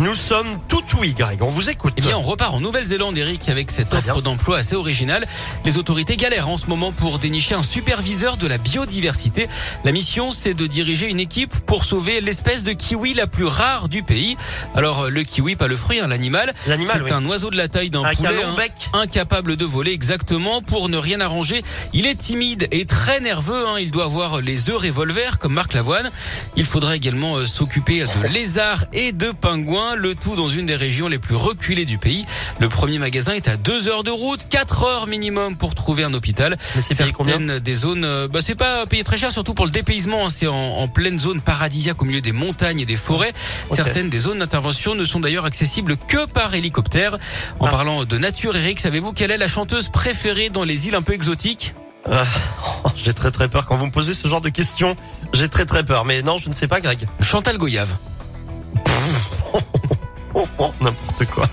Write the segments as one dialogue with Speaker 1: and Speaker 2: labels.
Speaker 1: Nous sommes tout oui, Greg. On vous écoute.
Speaker 2: Eh bien, on repart en Nouvelle-Zélande, Eric, avec cette
Speaker 1: Très bien.
Speaker 2: offre d'emploi assez originale. Les autorités galèrent en ce moment pour dénicher un superviseur de la biodiversité. La mission, c'est de diriger une équipe pour sauver l'espèce de kiwi la plus rare du pays. Alors, le kiwi, pas le fruit, hein, l'animal.
Speaker 1: L'animal,
Speaker 2: C'est
Speaker 1: oui.
Speaker 2: un oiseau de la taille d'un
Speaker 1: Avec un
Speaker 2: poulet. hein.
Speaker 1: long bec.
Speaker 2: Incapable de voler exactement pour ne rien arranger. Il est timide et très nerveux. hein. Il doit avoir les œufs revolvers comme Marc Lavoine. Il faudra également euh, s'occuper de lézards et de pingouins, le tout dans une des régions les plus reculées du pays. Le premier magasin est à 2 heures de route, 4 heures minimum pour trouver un hôpital.
Speaker 1: Mais c'est payé combien
Speaker 2: Certaines des zones, euh, bah, c'est pas payé très cher, surtout pour le dépaysement. hein. C'est en, en pleine zone paradisiaque au milieu des montagnes et des forêts.
Speaker 1: Ok.
Speaker 2: Certaines des zones d'intervention ne sont d'ailleurs accessibles que par hélicoptère. En
Speaker 1: Ah.
Speaker 2: parlant de nature, Eric, savez-vous quelle est la chanteuse préférée dans les îles un peu exotiques
Speaker 1: Euh, oh, j'ai très très peur quand vous me posez ce genre de questions. J'ai très très peur. Mais non, je ne sais pas, Greg.
Speaker 2: Chantal Goyave.
Speaker 1: Oh, oh, n'importe quoi.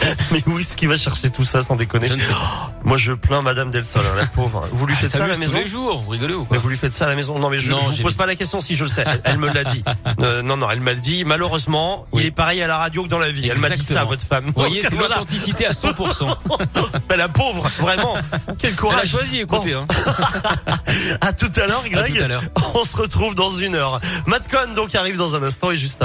Speaker 1: Mais où est-ce qu'il va chercher tout ça sans déconner
Speaker 2: Je ne sais Ah, pas.
Speaker 1: Moi, je plains Madame Delsol, hein, la pauvre. Vous lui
Speaker 2: Elle
Speaker 1: faites oh, ça à
Speaker 2: s'amuse
Speaker 1: la
Speaker 2: tous
Speaker 1: maison
Speaker 2: les jours, vous rigolez ou quoi
Speaker 1: Mais vous lui faites ça à la maison Non, mais je ne
Speaker 2: Non,
Speaker 1: vous
Speaker 2: j'évite.
Speaker 1: pose pas la question si je le sais. Elle, elle me l'a dit. Euh, non, non, elle m'a le dit. Malheureusement,
Speaker 2: Oui.
Speaker 1: il est pareil à la radio que dans la vie. Elle m'a dit ça,
Speaker 2: Exactement.
Speaker 1: votre femme.
Speaker 2: Vous voyez, c'est
Speaker 1: Voilà.
Speaker 2: l'authenticité à 100%.
Speaker 1: Bah, la pauvre, vraiment. Quel
Speaker 2: On a
Speaker 1: courage.
Speaker 2: choisi, écoutez. hein.
Speaker 1: À tout à l'heure, Greg.
Speaker 2: tout à l'heure.
Speaker 1: On se retrouve dans une heure. Matcon donc arrive dans un instant et juste